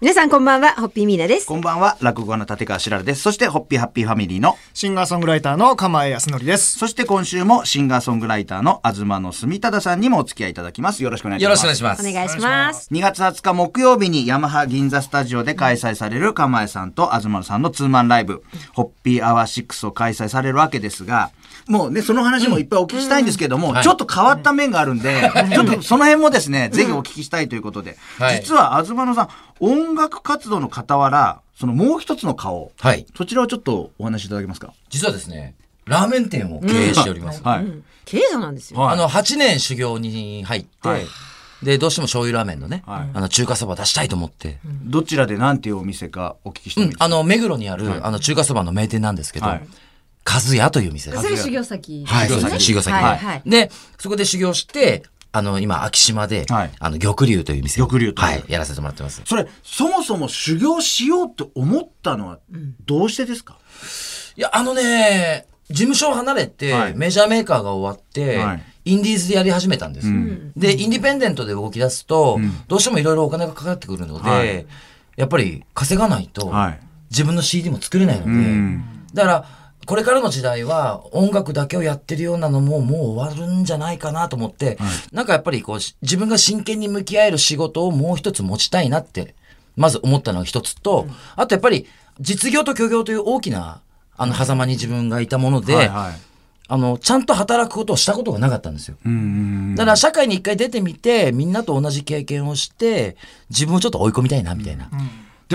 皆さんこんばんは、ホッピーミーナです。こんばんは、落語家の立川しららです。そして、ホッピーハッピーファミリーの、シンガーソングライターの釜江康則です。そして今週もシンガーソングライターの東野住忠さんにもお付き合いいただきます。よろしくお願いしまよろす。しくお願いします。お願いします。 2月20日木曜日にヤマハ銀座スタジオで開催される釜江さんと東野さんのツーマンライブ、ホッピーアワー6を開催されるわけですが、もうね、その話もいっぱいお聞きしたいんですけども、はいちょっと変わった面があるんで、ちょっとその辺もですね、ぜひお聞きしたいということで、はい実は東野さん、音楽活動の傍ら、そのもう一つの顔、はい。そちらをちょっとお話しいただけますか。実はですね、ラーメン店を経営しております。はい。経営者なんですよ。あの、8年修行に入って、はいで、どうしても醤油ラーメンのね、はいあの、中華そばを出したいと思って、どちらでなんていうお店かお聞きしてもういんいですか、あの、目黒にある、あの、中華そばの名店なんですけど、はい和也という店ですそ。れ修行先ですね。はい、そうですね修行先。はい、はい。で、そこで修行して、あの、今、秋島で、はいあの、玉龍という店を。玉龍というはい、やらせてもらってます。それ、そもそも修行しようと思ったのは、どうしてですか、いや、あのね、事務所を離れて、はいメジャーメーカーが終わって、はいインディーズでやり始めたんですよ。で、インディペンデントで動き出すと、どうしてもいろいろお金がかかってくるので、はいやっぱり稼がないと、はい自分の CD も作れないので、んだから、これからの時代は音楽だけをやってるようなのももう終わるんじゃないかなと思って、なんかやっぱりこうし自分が真剣に向き合える仕事をもう一つ持ちたいなって、まず思ったのが一つと、あとやっぱり実業と虚業という大きなあの狭間に自分がいたもので、はいはいあの、ちゃんと働くことをしたことがなかったんですよ。うんだから社会に一回出てみて、みんなと同じ経験をして、自分をちょっと追い込みたいなみたいな、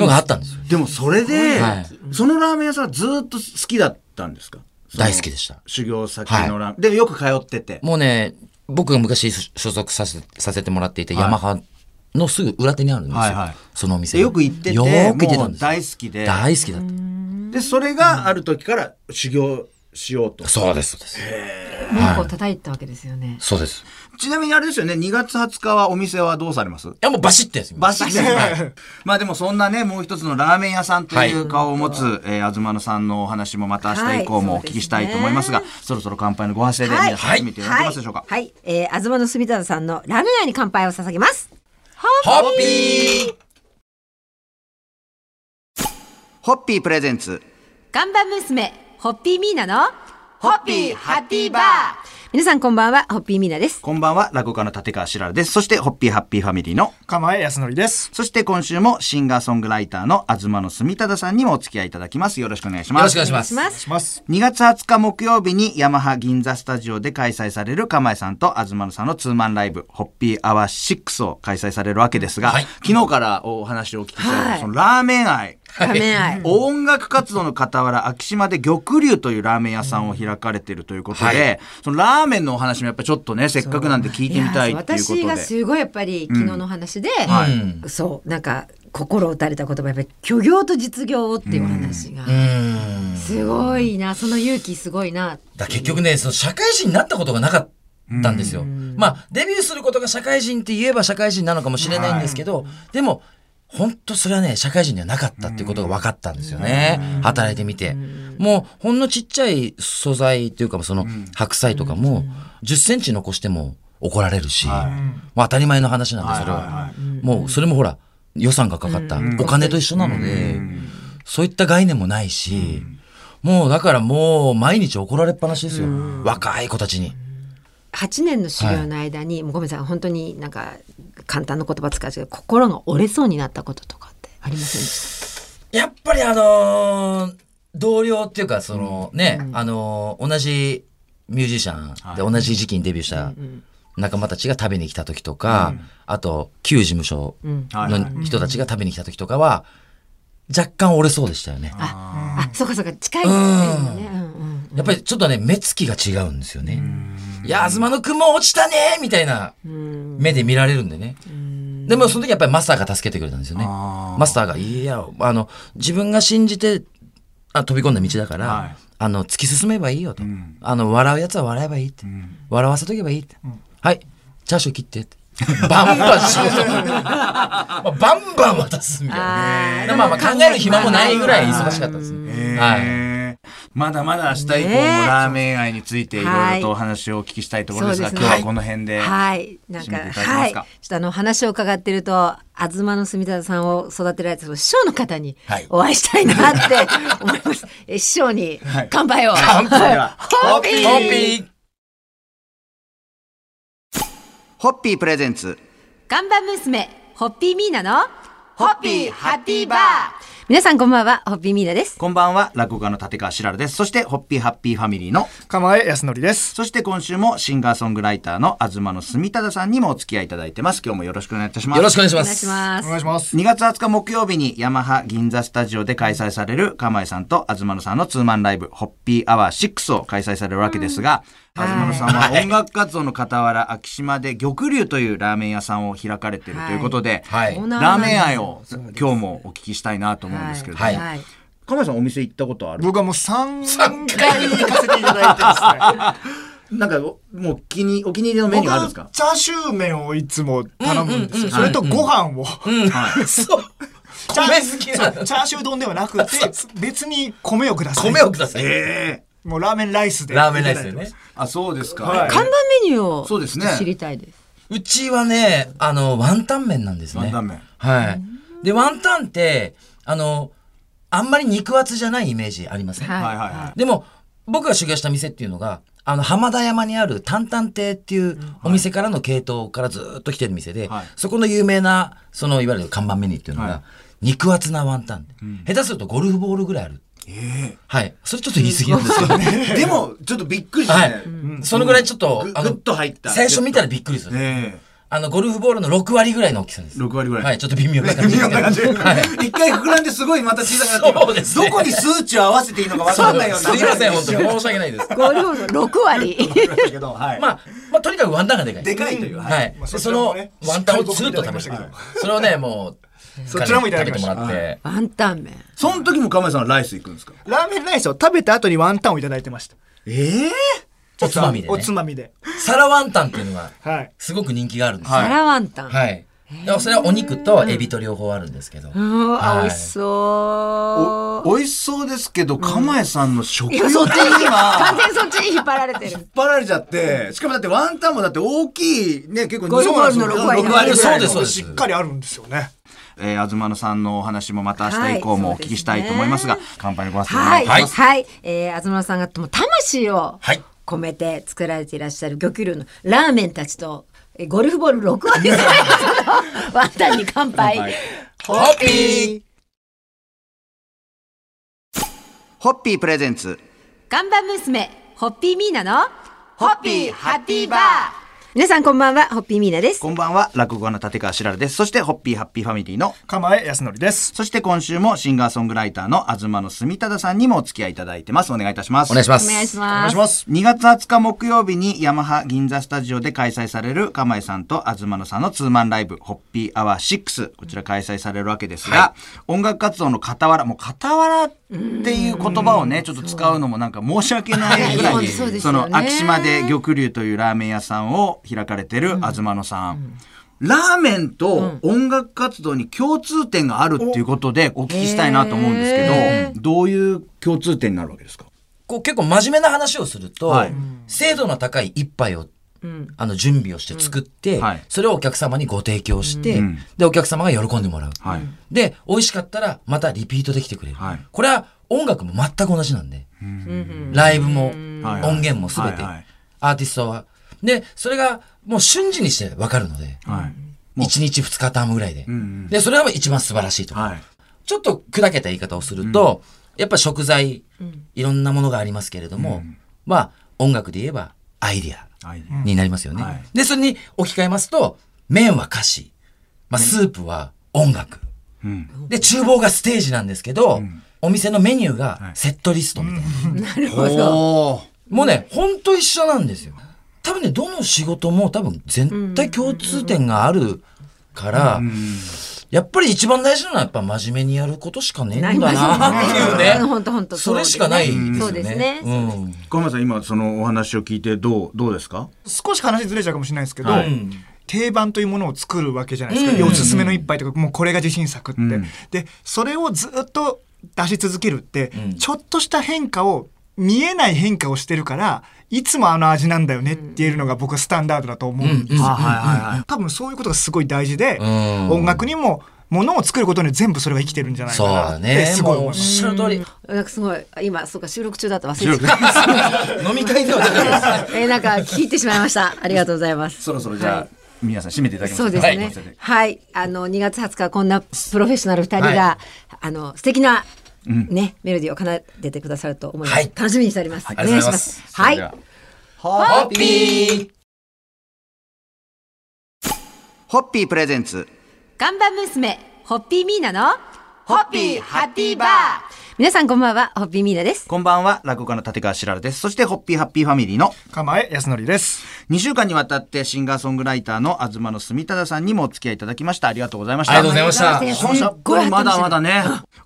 のがあったんですよ。でもそれで、はいそのラーメン屋さんはずーっと好きだったんですか大好きでした。修行先のラーメン、でよく通っててもうね、僕が昔所属させさせてもらっていたヤマハのすぐ裏手にあるんですよ。はいはいそのお店でが。よく行っててよーく行ってたんもうですよ大好きで大好きだった。でそれがある時から修行しようとそうです、そうです。門戸を叩いたわけですよね。そうです。いちなみにあれですよね2月20日はお店はどうされますや、もうバシッてやつ。バシッてはいまあでもそんなねもう一つのラーメン屋さんとはいいう顔を持つ、えー、東野さんのお話もまた明日以降もはいお聞きしたいと思いますが、そうそろそろ乾杯のご発声で皆さんはい始めていただけますでしょうか、はい。はいえー、東の住田さんのラムヤに乾杯を捧げます。ホッピーホッピープレゼンツガンバ娘、ホッピーミーナの、ホッピーハッピーバー皆さんこんばんは、ホッピーミーナです。こんばんは、落語家の立川しららです。そして、ホッピーハッピーファミリーの。釜江康則です。そして、今週もシンガーソングライターの東野住忠さんにもお付き合いいただきます。よろしくお願いします。よろしくお願いしお願まいしす。まお願いす。します。 2月20日木曜日にヤマハ銀座スタジオで開催される釜井さんと東野さんのツーマンライブ、ホッピーアワー6を開催されるわけですが、はい昨日からお話をお聞きした、はいそのラーメン愛。ラーメン愛。音楽活動の傍ら、昭島で玉龍というラーメン屋さんを開かれているということで、うんはそのラーメンのお話もやっぱりちょっとね、せっかくなんで聞いてみたいっていうことで。やそう私がすごいやっぱり昨日の話で、はいうんそうなんか心打たれた言葉やっぱり虚業と実業をっていう話が、うーん。すごいなその勇気すごいなだ結局ね、その社会人になったことがなかったんですよ。まあ、デビューすることが社会人って言えば社会人なのかもしれないんですけど、でも、本当それはね、社会人ではなかったっていうことが分かったんですよね。働いてみて。もう、ほんのちっちゃい素材というか、その白菜とかも、10センチ残しても怒られるし、まあ当たり前の話なんで、それは。もう、それもほら、予算がかかった。お金と一緒なので、そういった概念もないし、もうだからもう毎日怒られっぱなしですよ。若い子たちに。 8年の修行の間に、もうごめんなさい本当になんか簡単な言葉使うけど心が折れそうになったこととかってありませんでしやっぱりあのー同僚っていうかそのね、あのー同じミュージシャンで同じ時期にデビューした仲間たちが食べに来た時とか、あと旧事務所の人たちが食べに来た時とかは、若干折れそうでしたよね。たあそうかそうか近いっていうのね、うんうんやっぱりちょっとね、目つきが違うんですよね。いや、東野くんも落ちたねみたいな目で見られるんでね。でもその時やっぱりマスターが助けてくれたんですよね。マスターが、いや、あの、自分が信じてあ飛び込んだ道だから、はいあの、突き進めばいいよと。あの、笑うやつは笑えばいいって。笑わせとけばいいって。はい、チャーシュー切ってって。バンバン仕 事、まあ、バンバン渡すみたいな。まあまあ考える暇もないぐらい忙しかったですね。はい。へーまだまだ明日以降もねえラーメン愛についていろいろとお話をお聞きしたいところですが、そうです今ね日はこの辺で。はい、なんか締めていただけまはすい、ちかょっとあの話を伺ってると、東の住田さんを育てられたその師匠の方にはいお会いしたいな って思います。え師匠にはい乾杯を。乾杯はホッピーホッピーホッピープレゼンツ。ガンバ娘ホッピーミーナのホッピーハッピーバー。皆さんこんばんは、ホッピーミーナです。こんばんは、落語家の立川しらるです。そして、ホッピーハッピーファミリーの、釜江康則です。そして今週もシンガーソングライターの東の住忠さんにもお付き合いいただいてます。今日もよろしくお願いいたします。よろしくお願いしおま願いしす。まおす願い。します。 2月20日木曜日にヤマハ銀座スタジオで開催される釜井さんと東野さんのツーマンライブホッピーアワー6を開催されるわけですが、んはい東野さんは音楽活動の傍ら昭島で玉龍というラーメン屋さんを開かれてるということで、はい。オーナラーメンなんです愛を今日もお聞きしたいなと思うんですけれども、は。はいいはい釜井さんお店行ったことある僕はもう三回行かせ ていただいてますね。なんかもう気にお気に入りのメニューあるんですか僕はチャーシュー麺をいつも頼むんですよ。それとご飯を。 そう。チャ米好きなそうチャーシュー丼ではなくて、別に米をください。米をください。ええもうラーメンライスで。ラーメンライスだよね。。あそうですか、はい看板メニューをそうですね知りたいです。うちはね、あの、ワンタン麺なんですね。ワンタン麺はい。で、ワンタンって、あの、あんまり肉厚じゃないイメージありません、はいはいはいはいでも、僕が修行した店っていうのが、あの、浜田山にあるタンタン亭っていうお店からの系統からずーっと来てる店で、はいそこの有名な、その、いわゆる看板メニューっていうのが、はい肉厚なワンタン、下手するとゴルフボールぐらいある。えはい。それちょっと言い過ぎなんですけどね。えでもちょっとびっくりしはたいね、。そのぐらいちょっとぐ、あぐっの、と入った最初見たらびっくりする。ええあの、ゴルフボールの6割ぐらいの大きさです。 6割ぐらい はい、ちょっと微妙な感微じで妙すけどな感じ。はい。一回膨らんですごいまた小さくなってるそうですねどこに数値を合わせていいのか分かんないようにすなっいてるません、本当に。申し訳ないです。ゴルフの6割。 けど、はいまあ、まあ、とにかくワンタンがでかい。でかいという、はいはい。まあそでそちらものねワンタンをつるっと食べまししっかりたと。それをね、もう、そちらもいただ食きましべてもたらって。ワンタン麺。その時も亀井さんはライス行くんですかラーメンライスを食べた後にワンタンをいただいてました。ええおつまみでおね。つまみで。皿ワンタンっていうのが、はい。すごく人気があるんですよ。はい皿ワンタン。はい。でもそれはお肉とエビと両方あるんですけど。うん、あ、はい美味しそう。お美味しそうですけど釜井さんの食い欲や、にそっちに、完は全にそっちに引っ張られてる。引っ張られちゃってしかもだってワンタンもだって大きいね結構ゴルフボールの六割そうなんですよそうですそうですしっかりあるんですよね。えー、東野さんのお話もまた明日以降もお聞きしたいと思いますが、はい乾杯のご挨拶おは願いしい、まはすい、はい、えー、東野さんがもう魂をはい込めて作られていらっしゃる魚球類のラーメンたちと。えーゴルフボール6割ぐ らいのワンタンに乾杯。乾杯ホッピーホッピープレゼンツガンバ娘、ホッピーミーナの、ホッピーハッピーバー。皆さんこんばんは、ホッピーミーナです。こんばんは、落語家の立川しらるです。そして、ホッピーハッピーファミリーの、釜江康則です。そして今週もシンガーソングライターの東野住忠さんにもお付き合いいただいてます。お願いいたします。お願いしまおす。願いしお願まいすし。ます。 2月20日木曜日にヤマハ銀座スタジオで開催される釜井さんと東野さんのツーマンライブホッピーアワー6こちら開催されるわけですが、音楽活動の傍らもう傍らっていう言葉をねちょっと使うのもなんか申し訳ないぐらいはにいそうですよねその昭島で玉龍というラーメン屋さんを開かれてる東野さん。ラーメンと音楽活動に共通点があるっていうことでお聞きしたいなと思うんですけど、へどういう共通点になるわけですかこう結構真面目な話をすると、はい精度の高い一杯を、んあの準備をして作って、うんはいそれをお客様にご提供して、うんでお客様が喜んでもらう、はいで美味しかったらまたリピートできてくれる、はいこれは音楽も全く同じなんで、ライブもはい音源も全て、はいはいアーティストはでそれがもう瞬時にして分かるので、はい1日2日タームぐらいで、んでそれは一番素晴らしいと思うはいちょっと砕けた言い方をすると、やっぱ食材、いろんなものがありますけれども、まあ、音楽で言えばアイディアはいになりますよね。はいで、それに置き換えますと、麺は歌詞、まあ、スープは音楽。うんで、厨房がステージなんですけど、お店のメニューがセットリストみたいな。なるほど。おーもうね、ほんと一緒なんですよ。多分ね、どの仕事も多分絶対共通点があるから、やっぱり一番大事なのはやっぱ真面目にやることしかねえんだなっていうね。本当本当。それしかないですよね。そうですね。うん。小山さん今そのお話を聞いてどうどうですか少し話ずれちゃうかもしれないですけど、はい定番というものを作るわけじゃないですうんか、おすすめの一杯とかもうこれが自信作って、うんでそれをずっと出し続けるって、うんちょっとした変化を見えない変化をしてるから、いつもあの味なんだよねって言えるのが僕はスタンダードだと思うんですよ。多分そういうことがすごい大事で、うん音楽にも物を作ることに全部それが生きてるんじゃないそうかなっだてね。すごいもう思いおっます。しゃる通り。なんかすごい今そうか収録中だった忘収れ録てた飲み会ではなかったです。えーなんか聞いてしまいましたありがとうございますそろそろじゃあ、はい皆さん締めていただきますそうですねはいはい、あの2月20日こんなプロフェッショナル2人が、はあの素敵なね、メロディーを奏でてくださると思います、はい楽しみにしております、いお願いしますはそれでいはホッピーホッピープレゼンツガンバ娘ホッピーミーナのホッピーハッピーバー皆さんこんばんはホッピーミーナですこんばんは落語家の立川しららですそしてホッピーハッピーファミリーの構え安則です。 2週間にわたってシンガーソングライターの東野住忠さんにもお付き合いいただきましたありがとうございましたありがとうございましたありがとうございました本当にまだまだね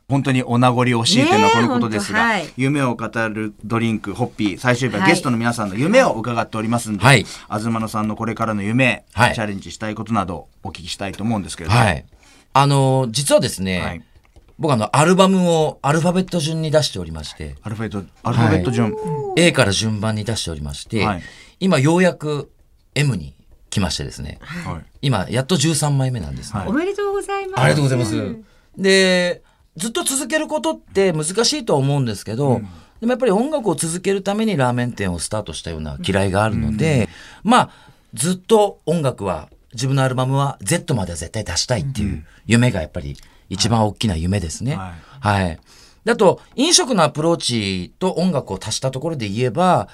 本当にお名残惜しいというのはこねえのことですが、本当はい夢を語るドリンクホッピー最終日ははいゲストの皆さんの夢を伺っておりますんで、はい東野さんのこれからの夢、はいチャレンジしたいことなどをお聞きしたいと思うんですけれども、はい。あのー、実はですはねい、僕あの、アルバムをアルファベット順に出しておりまして、アルファベットアルファベット順、 A から順番に出しておりましてはい、今ようやく M に来ましてですね、はい今やっと13枚目なんですねはいおめでとうございますありがとうございます。で、ずっと続けることって難しいとは思うんですけど、でもやっぱり音楽を続けるためにラーメン店をスタートしたような嫌いがあるので、まあ、ずっと音楽は、自分のアルバムは Z までは絶対出したいっていう夢がやっぱり一番大きな夢ですね。ははい。であと、飲食のアプローチと音楽を足したところで言えば、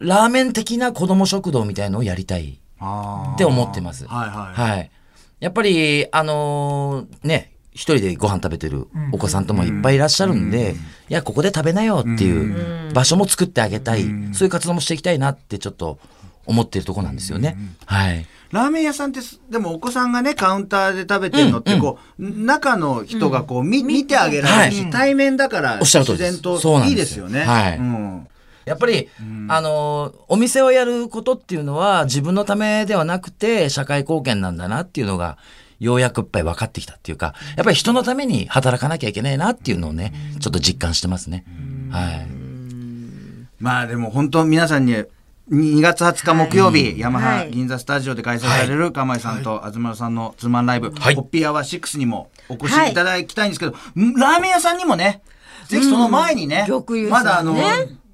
ラーメン的な子供食堂みたいのをやりたいあーって思ってます。はいはいやっぱり、あのーね、一人でご飯食べてるお子さんともいっぱいいらっしゃるんで、いや、ここで食べなよっていう場所も作ってあげたい、そういう活動もしていきたいなってちょっと思ってるとこなんですよね。はい。ラーメン屋さんってす、でもお子さんがね、カウンターで食べてるのって、こう、中の人がこう、み見てあげられるし、はい対面だから、おっしゃる通自りで然すとそうなんいですいですよね。はいうんやっぱり、あのーお店をやることっていうのは自分のためではなくて社会貢献なんだなっていうのがようやくやっぱり分かってきたっていうかやっぱり人のために働かなきゃいけないなっていうのをね、ちょっと実感してますね。はい。まあでも本当皆さんに、2月20日木曜日、いヤマハはい銀座スタジオで開催される釜井さんと東野さんのツーマンライブ、はいホッピーアワー6にもお越しいただきたいんですけど、んラーメン屋さんにもね、ぜひその前にね、うん玉遊さまんねだあの、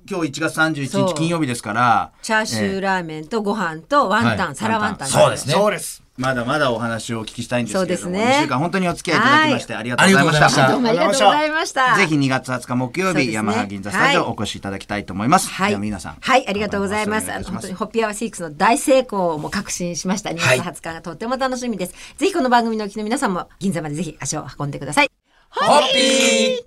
今日1月31そ日う金曜日ですから、チャーシューラーメンとご飯とワンタン、はい皿ワンタンそうですね。そうです。まだまだお話をお聞きしたいんですけれども、そうですね2週間本当にお付き合いいただきましてありがとうございまし。ありがとうございましたたどうもありがとうございましたぜひ2月20日木曜そうです日、ねヤマハ銀座スタジオはいお越しいただきたいと思います。はでい、は皆さん。はい、ありがとうございます。おあ願のしま本す当にホッピーアワーシックスの大成功も確信しました。2はい月20日がとっても楽しみです。ぜひこの番組のお聞きの皆さんも銀座までぜひ足を運んでください。ホッピー